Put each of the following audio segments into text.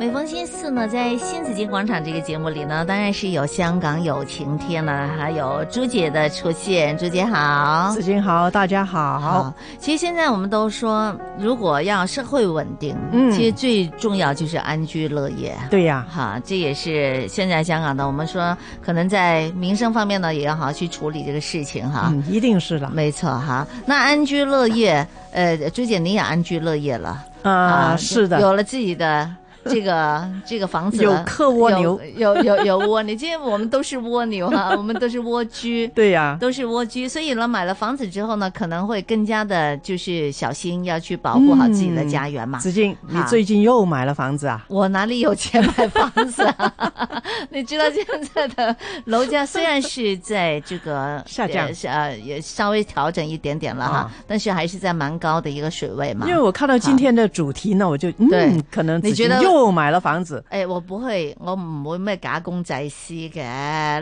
每逢星期四呢，在新紫金广场这个节目里呢，当然是有香港有晴天了，还有朱姐的出现。朱姐好，子金好，大家好。好。其实现在我们都说，如果要社会稳定，嗯其实最重要就是安居乐业。对呀、哈，这也是现在香港的，我们说可能在民生方面呢，也要好好去处理这个事情哈。嗯，一定是的。没错哈，那安居乐业，呃，朱姐你也安居乐业了啊，是的，有了自己 的这个这个房子有了，客蜗牛有有有有蜗牛，今天我们都是蜗牛哈，我们都是蜗居。对呀、都是蜗居，所以呢，买了房子之后呢，可能会更加的，就是小心要去保护好自己的嗯家园嘛。子金，好你最近又买了房子啊？我哪里有钱买房子啊？ 你知道现在的楼价虽然是在这个下降呃是呃也稍微调整一点点了哈，啊但是还是在蛮高的一个水位嘛因。为我看到今天的主题呢，我就啊对嗯，可能你子金觉得又买了房子，诶、哎我不会，我唔会咩假公济私嘅。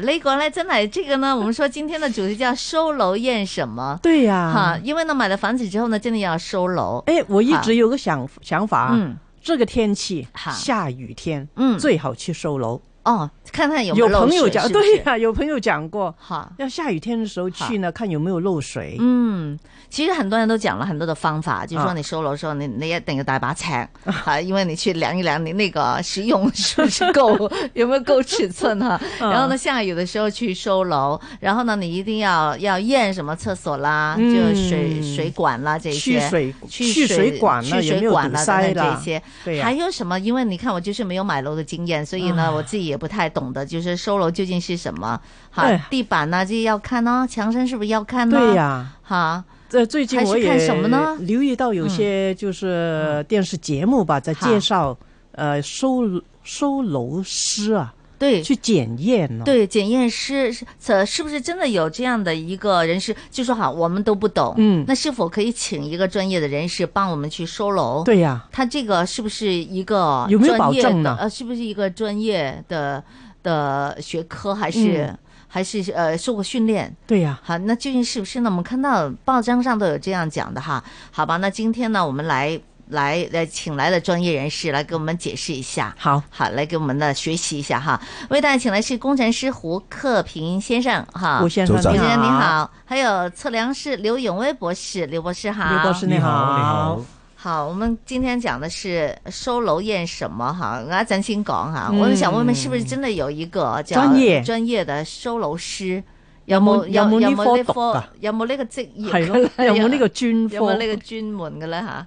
呢个呢，真系这个呢，我们说今天的主题叫收楼验什么？对呀、哈，因为呢买了房子之后呢，真的要收楼。啊哎，我一直有个想想法，啊嗯，这个天气好下雨天，嗯最好去收楼。哦，看看有没有漏朋友水讲，是不对是呀、有朋友讲过，好。要下雨天的时候去呢，看有没有漏水。嗯，其实很多人都讲了很多的方法，就是说啊你收楼的时候，你你一定要带把 尺啊，因为你去量一量你那个使用 是不是够有没有够尺寸哈、 嗯然后呢，下雨的时候去收楼，然后呢，你一定要要验什么厕所啦，嗯就水水管啦这去些。水去去水管去呢，有没水有管堵啦塞等等啦这？些，对呀还有什么？因为你看我就是没有买楼的经验，所以呢，我自己也不太懂得，就是收楼究竟是什么。好哎呀，地板呢、这些要看哦，墙身是不是要看呢？对呀、哈，这最近还是我也看什么呢嗯留意到有些就是电视节目吧，在介绍呃收收楼师啊，对，去检验呢、，对，检验师是呃是不是真的有这样的一个人士？就说好，我们都不懂，嗯那是否可以请一个专业的人士帮我们去收楼？，对呀、他这个是不是一个有没有专业保证的呢呃，是不是一个专业的的学科，还是、嗯还是呃受过训练？对呀、好，那究竟是不是呢？我们看到报章上都有这样讲的哈。好吧，那今天呢，我们来来来，请来了专业人士来给我们解释一下。好，好，来给我们的学习一下哈。为大家请来是工程师胡克平先生哈，吴先生组长胡你先好，生您，好，还有测量师刘永威博士，刘博士好，刘博士你好，好，你好。好，我们今天讲的是收楼验什么哈，那咱先讲哈，嗯我们想问问是不是真的有一个叫专業专业的收樓師，有有冇冇有有有冇呢冇呢科讀㗎科有冇呢個職業係㗎咯，咧 有冇呢個有專冇科呢？個專門嘅咧吓？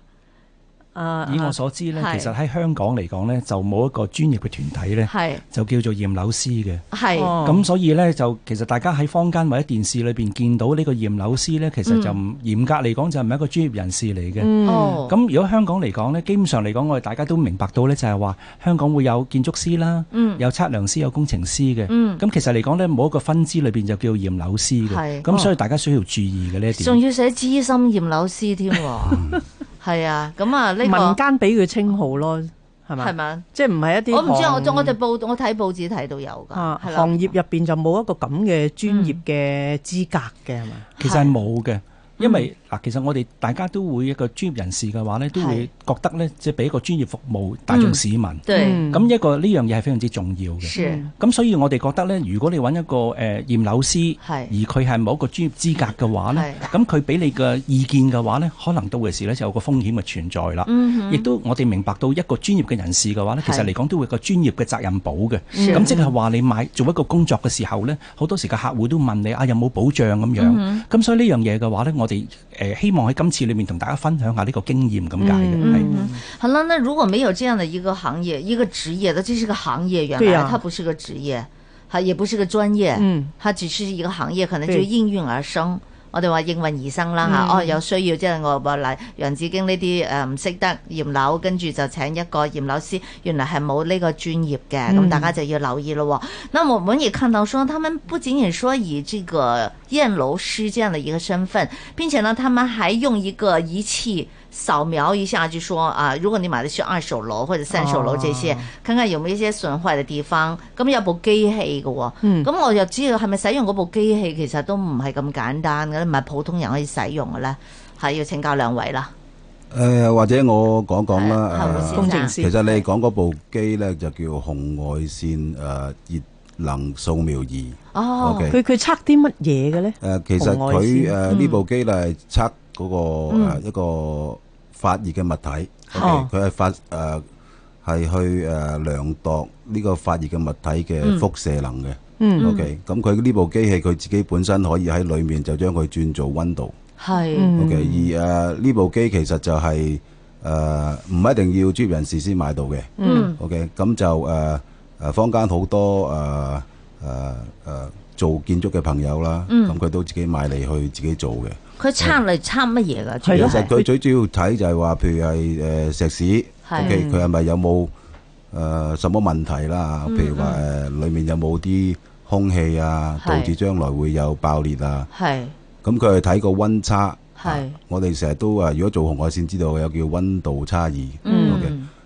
啊以我所知咧，係其實喺香港嚟講咧，就冇一個專業嘅團體咧，係就叫做驗樓師嘅。係哦咁所以咧，就其實大家喺坊間或者電視裏邊見到呢個驗樓師咧，其嗯實就唔嚴格嚟講就唔係一個專業人士嚟嘅。嗯哦，咁如果香港嚟講咧，基本上嚟講，我哋大家都明白到咧，就係話香港會有建築師啦，嗯有測量師，有工程師嘅。嗯咁其實嚟講咧，冇一個分支裏邊就叫驗樓師係哦嘅。咁所以大家需要注意嘅呢一點仲。要寫資深驗樓師添喎，係啊，咁啊呢民個間俾佢稱號咯，係係咪？咪？即係唔係一啲我唔知啊，行我我哋報我睇報紙睇到有㗎，啊係啦嗯行業入邊就冇一個咁嘅專業嘅資格嘅係咪？其實係冇嘅，因為嗱，其實我哋大家都會一個專業人士嘅話咧，都會覺得咧，即係俾一個專業服務大眾市民。對，嗯咁一個呢樣嘢係非常之重要嘅。是咁所以我哋覺得咧，如果你揾一個誒驗樓師，係而佢係冇一個專業資格嘅話咧，係咁佢俾你嘅意見嘅話咧，可能到嘅時咧就有個風險嘅存在啦。亦都我哋明白到一個專業嘅人士嘅話咧，其實嗯係嚟講都會有個專業嘅責任保嘅。是咁即係話你買做一個工作嘅時候咧，好多時嘅客戶都問你啊有冇保障咁樣。咁、嗯所以呢樣嘢嘅話咧，我哋誒、呃希望喺今次裏面同大家分享下呢個經驗咁解嘅。嗯係好了，那如果没有这样的一个行业、一个职业的，这是个行业，原对来呀它不是个职业，它也不是个专业，嗯，它只是一个行业，可能就对嗯应运而生。我哋話應運而生啦嚇、哦有需要即係我話嗱楊子經呢啲誒唔識得驗樓，跟住就請一個驗樓師，原來係冇呢個專業嘅，嗯咁、大家就要留意咯喎。那我們也看到說，他們不僅僅說以這個驗樓師這樣的一個身份，並且呢，他們還用一個儀器。掃描一下，就說啊，如果你買的是二手樓或者三手樓這些，哦看看有冇一些損壞嘅地方。咁有部機器嘅喎、嗯咁我又知道係咪使用嗰部機器其實都唔係咁簡單嘅咧，唔係普通人可以使用嘅咧，係要請教兩位啦。誒呃或者我講講啦，係誒先工程其師實你講嗰部機咧就叫紅外線誒熱能掃描儀。哦 OK 佢佢測啲乜嘢嘅咧？誒，其實紅外線嗯佢誒呢部機咧係測嗰個誒一個發熱嘅物體哦，OK，佢係發誒係去誒量度呢個發熱嘅物體嘅輻射能嘅。嗯 OK，咁佢呢部機器佢自己本身可以喺裡面就將佢轉做温度。係、嗯 OK，而誒呢部機其實就係誒唔一定要專業人士先買到嘅。嗯 OK，咁就誒誒坊間好多誒誒誒做建築嘅朋友啦，咁佢都自己買嚟去自己做嘅。佢測嚟測乜嘢㗎？主其係要咯實佢最主要睇就係話，譬如係誒石屎係，OK，佢係咪有冇誒什麼問題啦？譬如話誒裡面有冇啲空氣啊，係導致將來會有爆裂啊？係咁佢係睇個温差。係啊我哋成日都話，如果做紅外線知道嘅有叫温度差異。嗯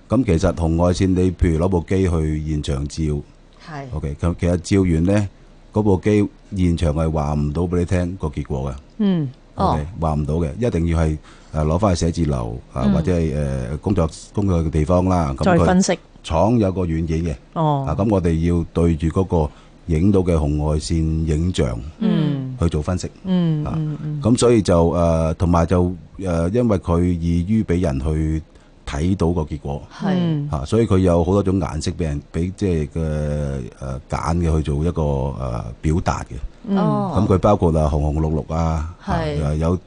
咁其實紅外線你譬如攞部機去現場照。係 OK，咁其實照完呢，嗰部機現場係話唔到俾你聽個結果嘅。嗯，哦 OK，話唔到嘅，一定要係誒攞翻去寫字樓啊，或者係誒工作工作嘅地方啦。咁再佢分析廠有個軟件嘅，啊，哦，咁我哋要對住嗰個影到嘅紅外線影像嗯去做分析。嗯啊嗯嗯咁所以就誒，同埋就誒，因為佢易於俾人去睇到個結果。係嗯嚇、所以佢有好多種顏色俾人俾即係嘅誒揀嘅去做一個誒、呃表達嘅。嗯咁哦佢、包括啊紅紅綠綠啊，係啊有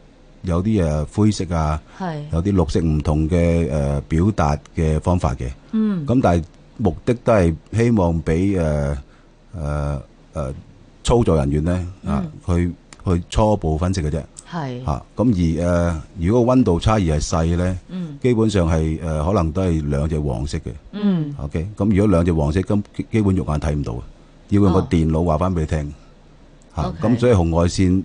有啲誒灰色啊，係有啲綠色唔同嘅誒、呃表達嘅方法嘅。嗯咁但係目的都係希望俾誒誒誒操作人員咧啊，嗯去去初步分析嘅啫係嚇。咁、而誒、呃如果温度差異係細咧，嗯基本上係誒、呃可能都係兩隻黃色嘅。嗯 OK，咁如果兩隻黃色，咁基基本肉眼睇唔到嘅，要用個哦電腦話翻俾你聽。嚇、 OK 咁所以紅外線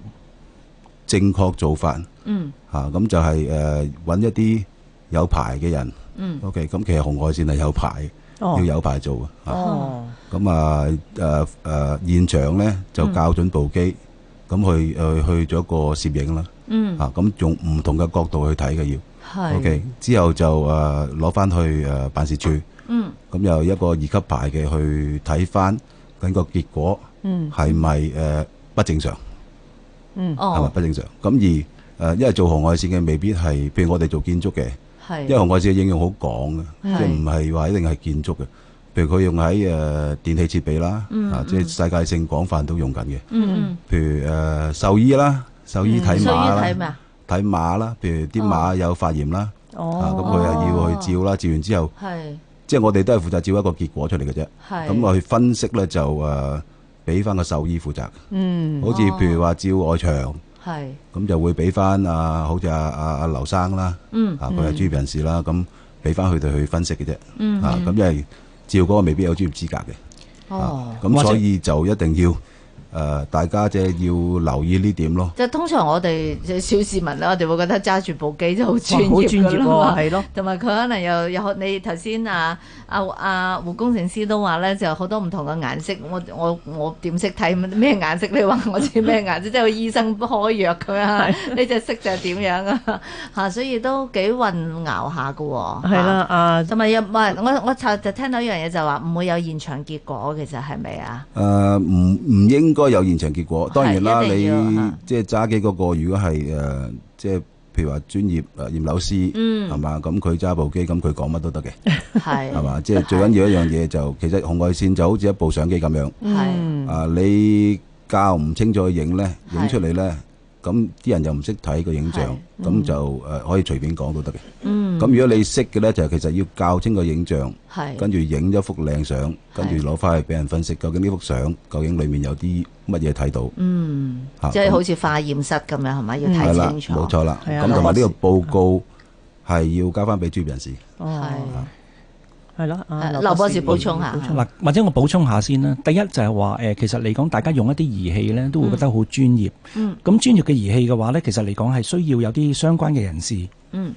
正確做法嗯嚇，咁、就係誒揾一啲有牌嘅人。嗯 OK，咁其實紅外線係有牌，哦要有牌做嘅。嚇哦咁啊誒誒現場咧就嗯校準部機，咁、去誒去做一個攝影啦。嗯嚇、咁用唔同嘅角度去睇嘅要。係啊 OK，之後就誒攞翻去誒辦事處。嗯咁又一個二級牌嘅去睇翻，緊個結果嗯係咪誒不正常？嗯係咪哦不正常？咁而誒，因為做紅外線嘅未必係，譬如我哋做建築嘅，係因為紅外線嘅應用好廣嘅，即係係唔係話一定係建築嘅。譬如佢用喺誒電器設備啦，啊，即係世界性廣泛都用緊嘅。嗯譬如誒獸醫啦，獸醫嗯，睇所以馬睇咩啦，啊？睇馬啦，譬如啲哦馬有發炎啦，啊，咁哦佢係要去照啦，照完之後，係即係我哋都係負責照一個結果出嚟嘅啫。係咁我去分析咧就誒，俾翻個獸醫負責。嗯好似哦譬如話照外牆，係咁就會俾翻啊，好似阿阿阿劉生啦，嗯啊佢係專業人士啦，咁俾翻佢哋去分析嘅啫。嗯啊，咁因為照嗰個未必有專業資格嘅，哦啊。咁或者所以就一定要誒，呃大家即係要留意呢點咯。就通常我哋即係小市民啦，我哋會覺得揸住部機就好專哇好專業㗎業啦喎，嘛係咯，同埋佢可能又又你頭先啊啊啊胡工程師都話咧，就有好多唔同嘅顏色，我我我點識睇咩顏色？你話我知咩顏色？ 即係個醫生開藥咁樣，呢隻色就係點樣啊？ 嚇，所以都幾混淆下嘅喎。係啦，啊同埋又唔係我我就就聽到一樣嘢就話唔會有現場結果，其實係咪啊？誒唔唔應該有現場結果，當然啦，係一定你要嚇即係揸機嗰個，如果係誒即係譬如話專業誒驗樓師係嘛，咁佢揸部機，咁佢講乜都得嘅。係係嘛？即係最緊要一樣嘢就，其實紅外線就好似一部相機咁樣，係嗯啊，你教唔清楚去影呢，係影出嚟呢，咁啲人又唔識睇個影像，係咁就誒可以隨便講都得嘅。嗯，咁如果你識嘅咧，就其實要校清個影像，係跟住影咗幅靚相，跟住攞翻去俾人分析，究竟呢幅相究竟裡面有啲乜嘢睇到？嗯，嚇即係啊咁嗯好似化驗室咁樣係咪？要係睇啦，清楚，冇錯啦。係啊咁同埋呢個報告係要交翻俾專業人士。哦，係係咯，啊誒劉博士補充下，嗱，或者我補充下先啦。第一就係話誒，其實嚟講，大家用一啲儀器咧，都會覺得好專業。嗯咁專業嘅儀器嘅話咧，其實嚟講係需要有啲相關嘅人士，嗯，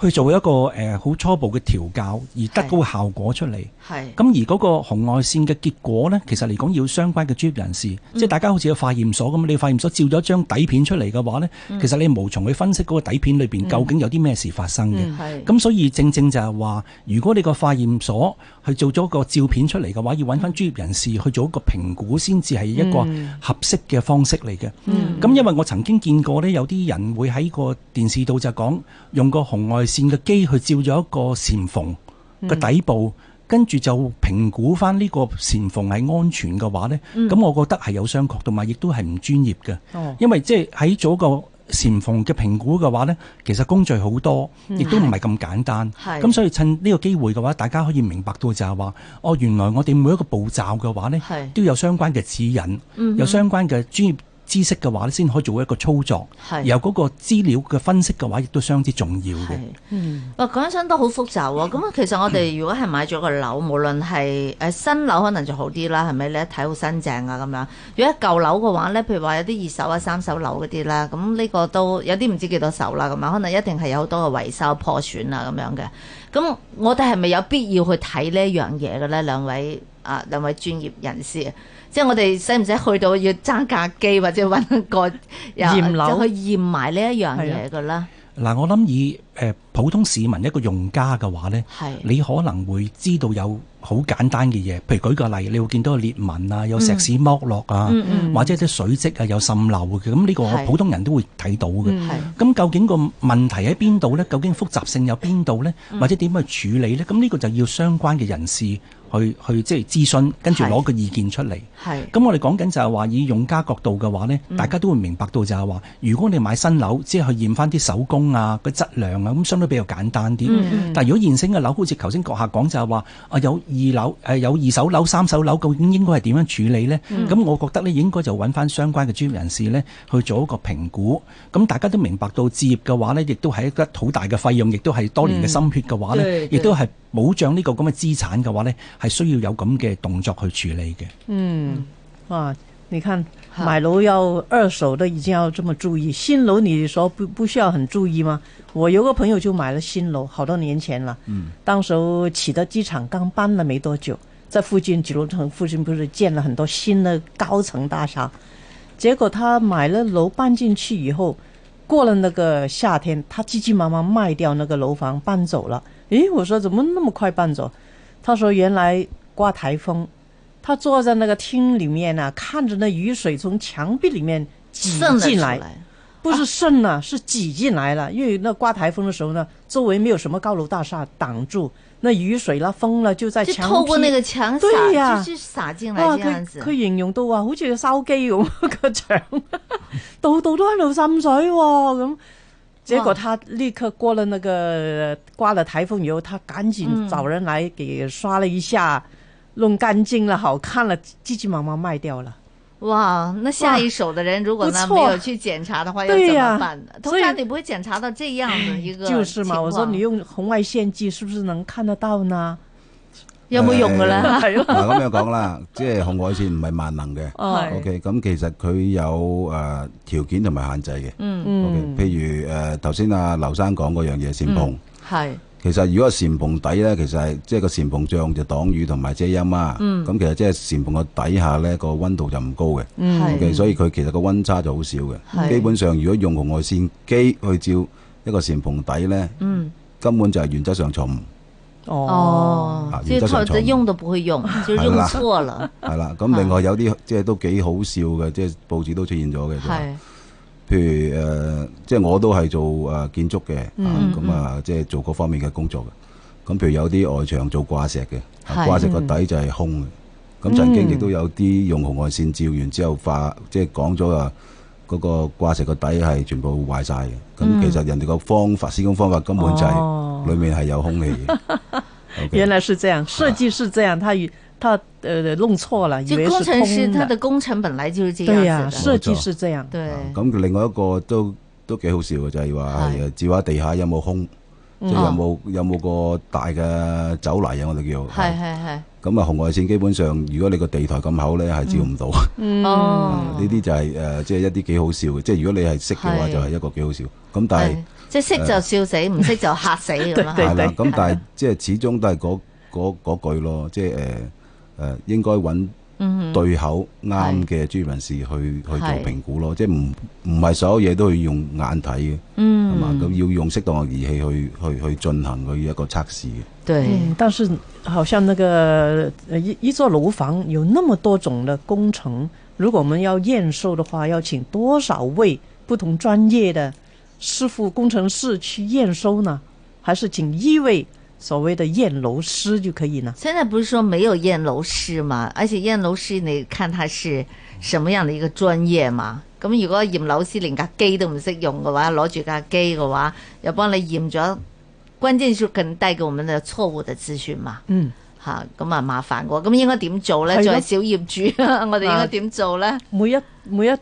去做一個誒好初步嘅調教，而得嗰個效果出嚟。係咁而嗰個紅外線嘅結果呢，其實嚟講要相關嘅專業人士，即係大家好似個化驗所咁，你化驗所照咗張底片出嚟嘅話呢，其實你無從去分析嗰個底片裏邊究竟有啲咩事發生嘅。係咁所以正正就係話，如果你個化驗所去做咗個照片出嚟嘅話，要揾翻專業人士去做一個評估，先至係一個合適嘅方式嚟嘅。嗯咁因為我曾經見過呢，有啲人會喺個電視度就講用個紅外線嘅機去照咗一個簷篷嗯個底部。跟住就評估翻呢個簷篷係安全嘅話呢，嗯咁、我覺得係有商榷，同埋亦都係唔專業嘅。哦因為即係喺做一個禪縫嘅評估嘅話呢，其實工序好多，亦都唔係咁簡單。嗯係咁所以趁呢個機會嘅話，大家可以明白到就係話，哦，原來我哋每一個步驟嘅話呢係，嗯都有相關嘅指引，有相關嘅專業知識嘅話呢，先可以做一個操作。係然後嗰個資料嘅分析嘅話，亦都相之重要嘅係。，嗯哇！講起身都好複雜喎。咁其實我哋如果係買咗個樓，無論係誒新樓可能就好啲啦，係咪？你一睇好新淨啊咁樣。如果係舊樓嘅話咧，譬如話有啲二手啊、三手樓嗰啲啦，咁呢個都有啲唔知幾多手啦，咁樣可能一定係有好多嘅維修破損啊咁樣嘅。咁我哋係咪有必要去睇呢一樣嘢嘅咧？兩位啊，兩位專業人士，啊即係我哋使唔使去到要揸架機或者揾個有驗樓啊就去驗埋呢一樣嘢嘅啦？嗱，我諗以誒、呃普通市民一個用家嘅話呢，係你可能會知道有好簡單嘅嘢，譬如舉個例，你會見到有裂紋啊，有石屎剝落啊，嗯嗯或者啲水跡啊，有滲漏嘅，咁呢個我係普通人都會睇到嘅。嗯係。咁究竟個問題喺邊度呢？究竟複雜性有邊度呢？嗯或者點去處理呢？咁呢個就要相關嘅人士去去即係諮詢，跟住係攞個意見出嚟。係咁我哋講緊就係話，以用家角度嘅話呢，大家都會明白到就係話，如果你買新樓，即係去驗翻啲手工啊、個質量啊，咁相對比較簡單啲。但係如果現成嘅樓，好似頭先閣下講就係話，啊有二樓誒、有二手樓、三手樓，究竟應該係點樣處理呢？咁、我覺得呢，應該就揾翻相關嘅專業人士呢去做一個評估。咁大家都明白到置業嘅話呢，亦都係一個好大嘅費用，亦都係多年嘅心血嘅話呢，對亦都係保障呢個咁嘅資產嘅話呢，係需要有咁嘅動作去處理嘅。嗯，哇！你看好买楼要二手的已经要这么注意，新楼你说不不需要很注意吗？我有个朋友就买了新楼，好多年前了，嗯，当时候启德机场刚搬了没多久，在附近九龙城附近不是建了很多新的高层大厦，结果他买了楼搬进去以后，过了那个夏天，他急急忙忙卖掉那个楼房搬走了。诶，我说怎么那么快搬走？他说原来刮台风，他坐在那个厅里面呢、看着那雨水从墙壁里面挤渗了出进来，来，不是渗了，是挤进来了。因为那刮台风的时候呢，周围没有什么高楼大厦挡住，那雨水啦、风啦就在就呃墙透过壁那个墙对洒，呀就是洒进来哇！这样佢啊子。佢形容到話好似個筲箕咁 個牆，度度都喺度滲水喎、咁。結哇果他立刻過了那個呃刮了颱風以後，他趕嗯緊找人來給刷了一下，弄乾淨了，好看了，急急忙忙賣掉了。哇，那下一手的人如果呢不没错有去检查的话，要对怎么呀办呢？通所以常你不会检查到这样的一个就是嘛，情我說况啊你用紅外線計是不是能看得到呢？有冇用噶哎 啦？係咯，嗱咁樣講啦，即係紅外線唔係萬能嘅。哦 OK，咁其實佢有誒、呃、條件同埋限制嘅。嗯 OK，譬如誒頭先阿劉生講嗰樣嘢簷篷，系其實如果係簷篷底咧，其實係即係個簷篷帳就擋雨同埋遮陰啊。咁、其實即係簷篷個底下咧個温度就唔高嘅。OK，嗯系所以佢其實個温差就好少嘅。嗯係基本上如果用紅外線機去照一個簷篷底咧，嗯根本就係原則上錯誤。哦，哦啊，就原是则他上的从用都不会 用，就用係啦错了， 係啦，咁另外有啲即係都幾好笑嘅，即係報紙都出現咗嘅。系譬如誒、呃即係我都係做誒、呃建築嘅，啊咁啊，即係做嗰方面嘅工作嘅。咁譬如有啲外牆做掛石嘅，啊係掛石個底就係空嘅。咁曾經亦都有啲用紅外線照完之後化，即係講咗啊，嗰個掛石個底係全部壞晒嘅。咁其實人哋個方法施工方法根本就哦係裡面係有空氣嘅。OK 原来是这啊样，设计是这样，他与他呃弄错了，以就为工是程师通他的的。工程本来就是这对呀、样子的，设计是这样。对啊咁另外一個都都幾好笑嘅就係話係嗯係照下地下有冇空，即係有冇有冇個大嘅走泥啊？我哋叫系系咁啊，紅外線基本上，如果你個地台咁厚咧，係照唔到。 呢嗯系，哦，啲就係誒，即係一啲幾好笑嘅。即係如果你係識嘅話，係就係一個幾好笑。咁但係係即係識就呃笑死，唔識就嚇死咁啊 啦。對係對啦，咁但係即係始終都係嗰嗰嗰句咯，即係誒誒應該揾嗯對口啱嘅專業人士去去做係評估咯。即係唔唔係所有嘢都要用眼睇嘅，嗯係嘛？咁要用適當嘅儀器去去去進行佢一個測試嘅。對，嗯，但是好像那个呃一一座楼房有那么多种的工程，如果我们要验收的话，要请多少位不同专业的师傅、工程师去验收呢？还是请一位所谓的验楼师就可以呢？现在不是说没有验楼师嘛，而且验楼师你看他是什么樣嘅一個專業嘛。咁如果驗樓師連架機都唔識用嘅話，攞住架機嘅話，又幫你驗咗，關鍵是可能帶給我們的錯誤的資訊嘛。嗯，吓咁啊麻煩喎，咁應該點做咧？係咯作為小業主， 我哋應該點做咧？每一每一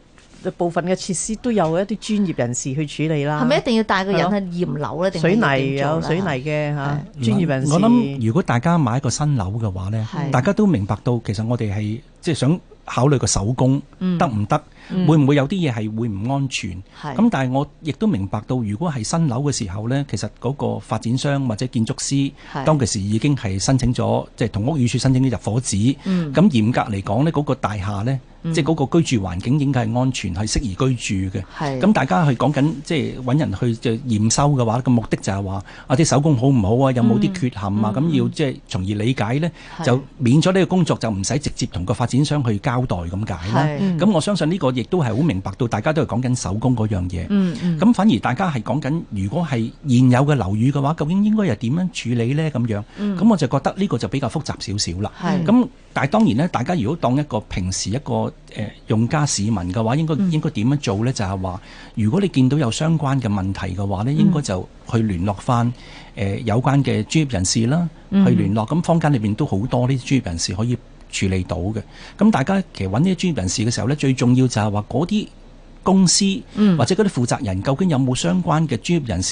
部分嘅設施都有一啲專業人士去處理啦。係咪一定要帶個人啊係咯去驗樓咧？定係水要泥點做有呢水泥啊嘅嚇係專業人士？我諗，如果大家買一個新樓嘅話呢係，大家都明白到其實我哋係即係想考慮個手工得唔得，會唔會有啲嘢係會唔安全？係咁但係我亦都明白到，如果係新樓嘅時候呢，其實嗰個發展商或者建築師係當其時已經係申請咗，即係同屋宇署申請咗入伙紙。嗯咁嚴格嚟講呢，嗰個大廈呢，即係嗰個居住環境應該係安全，係適宜居住嘅。係咁大家去講緊即係揾人去就驗收嘅話，個目的就係話啊啲手工好唔好啊，有冇啲缺陷啊？咁要即係從而理解呢，係就免咗呢個工作就唔使直接同個發展商去交代咁解啦係。咁我相信呢個亦都係好明白到，大家都係講緊手工嗰樣嘢。咁反而大家係講緊，如果係現有嘅樓宇嘅話，究竟應該係點樣處理呢？咁樣，咁我就覺得呢個就比較複雜少少啦。係咁但係當然咧，大家如果當一個平時一個誒、呃用家市民嘅話，應該應該點樣做呢？就係、話，如果你見到有相關嘅問題嘅話呢，應該就去聯絡翻誒、呃有關嘅專業人士啦，去聯絡。咁坊間裏邊都好多呢啲專業人士可以處理到嘅。咁大家其實揾呢啲專業人士嘅時候呢，最重要就係話嗰啲。公司或者嗰啲負責人究竟有冇相關嘅專業人士，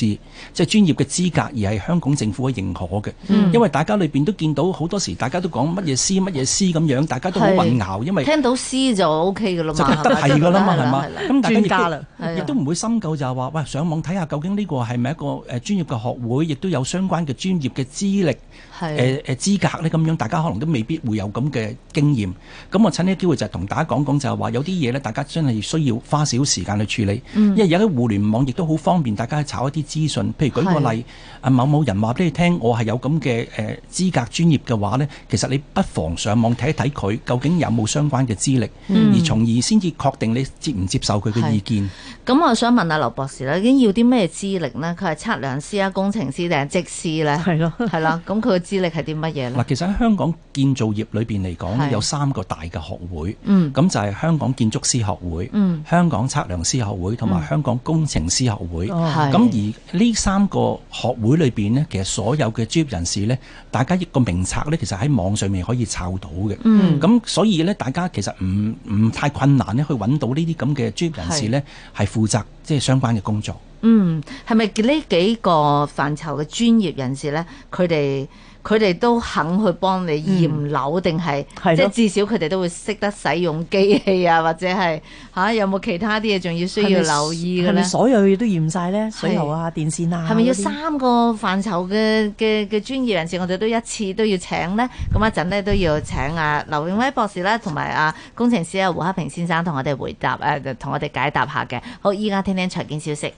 即係專業嘅資格，而係香港政府嘅認可嘅。因為大家裏邊都見到好多時，大家都講乜嘢師乜嘢師咁樣，大家都好係混淆，因為聽到詩就 O K 噶啦就嘛，覺得係咪係㗎啦嘛，係係嘛係啦？咁大專家啦家係啊亦都亦都唔會深究就係話，喂，上網睇下究竟呢個係咪一個誒專業嘅學會，亦都有相關嘅專業嘅資歷。係誒誒資格咧咁樣，大家可能都未必會有咁嘅經驗。咁我趁呢個機會就係同大家講講，就係話有啲嘢咧，大家真係需要花少少時間去處理，嗯因為而家喺互聯網亦都好方便，大家去炒一啲資訊。譬如舉個例，啊某某人話俾你聽，我係有咁嘅誒資格專業嘅話咧，其實你不妨上網睇一睇佢究竟有冇相關嘅資歷，嗯而從而先至確定你接唔接受佢嘅意見。咁，我想問下劉博士啦，已經要啲咩資歷呢？佢係測量師啊、工程師定係職師呢？係咯係啦。咁佢嘅資歷係啲乜嘢嗱呢？，其實喺香港建造業裏邊嚟講係咧，有三個大嘅學會，咁、嗯就係香港建築師學會、嗯香港測量師學會同埋香港工程師學會。哦係咁而呢三個學會裏邊呢，其實所有嘅專業人士呢，大家一個名冊呢，其實喺網上面可以抄到嘅。嗯咁所以呢，大家其實唔唔太困難呢，去揾到呢啲咁嘅專業人士呢，係負責即係相關嘅工作。嗯，係咪呢幾個範疇嘅專業人士呢？佢哋佢哋都肯去幫你驗樓，定係係即咯係至少佢哋都會識得使用機器啊，或者係嚇、有冇其他啲嘢仲要需要留意嘅係咪呢？所有嘢都驗晒咧？水喉啊、電線啊，係咪要嗰啲三個範疇嘅嘅嘅專業人士，我哋都一次都要請呢？咁一陣呢，都要請啊劉永威博士啦，同埋啊工程師啊胡克平先生同我哋回答誒，同我哋解答下嘅。好，依家聽聽財經消息。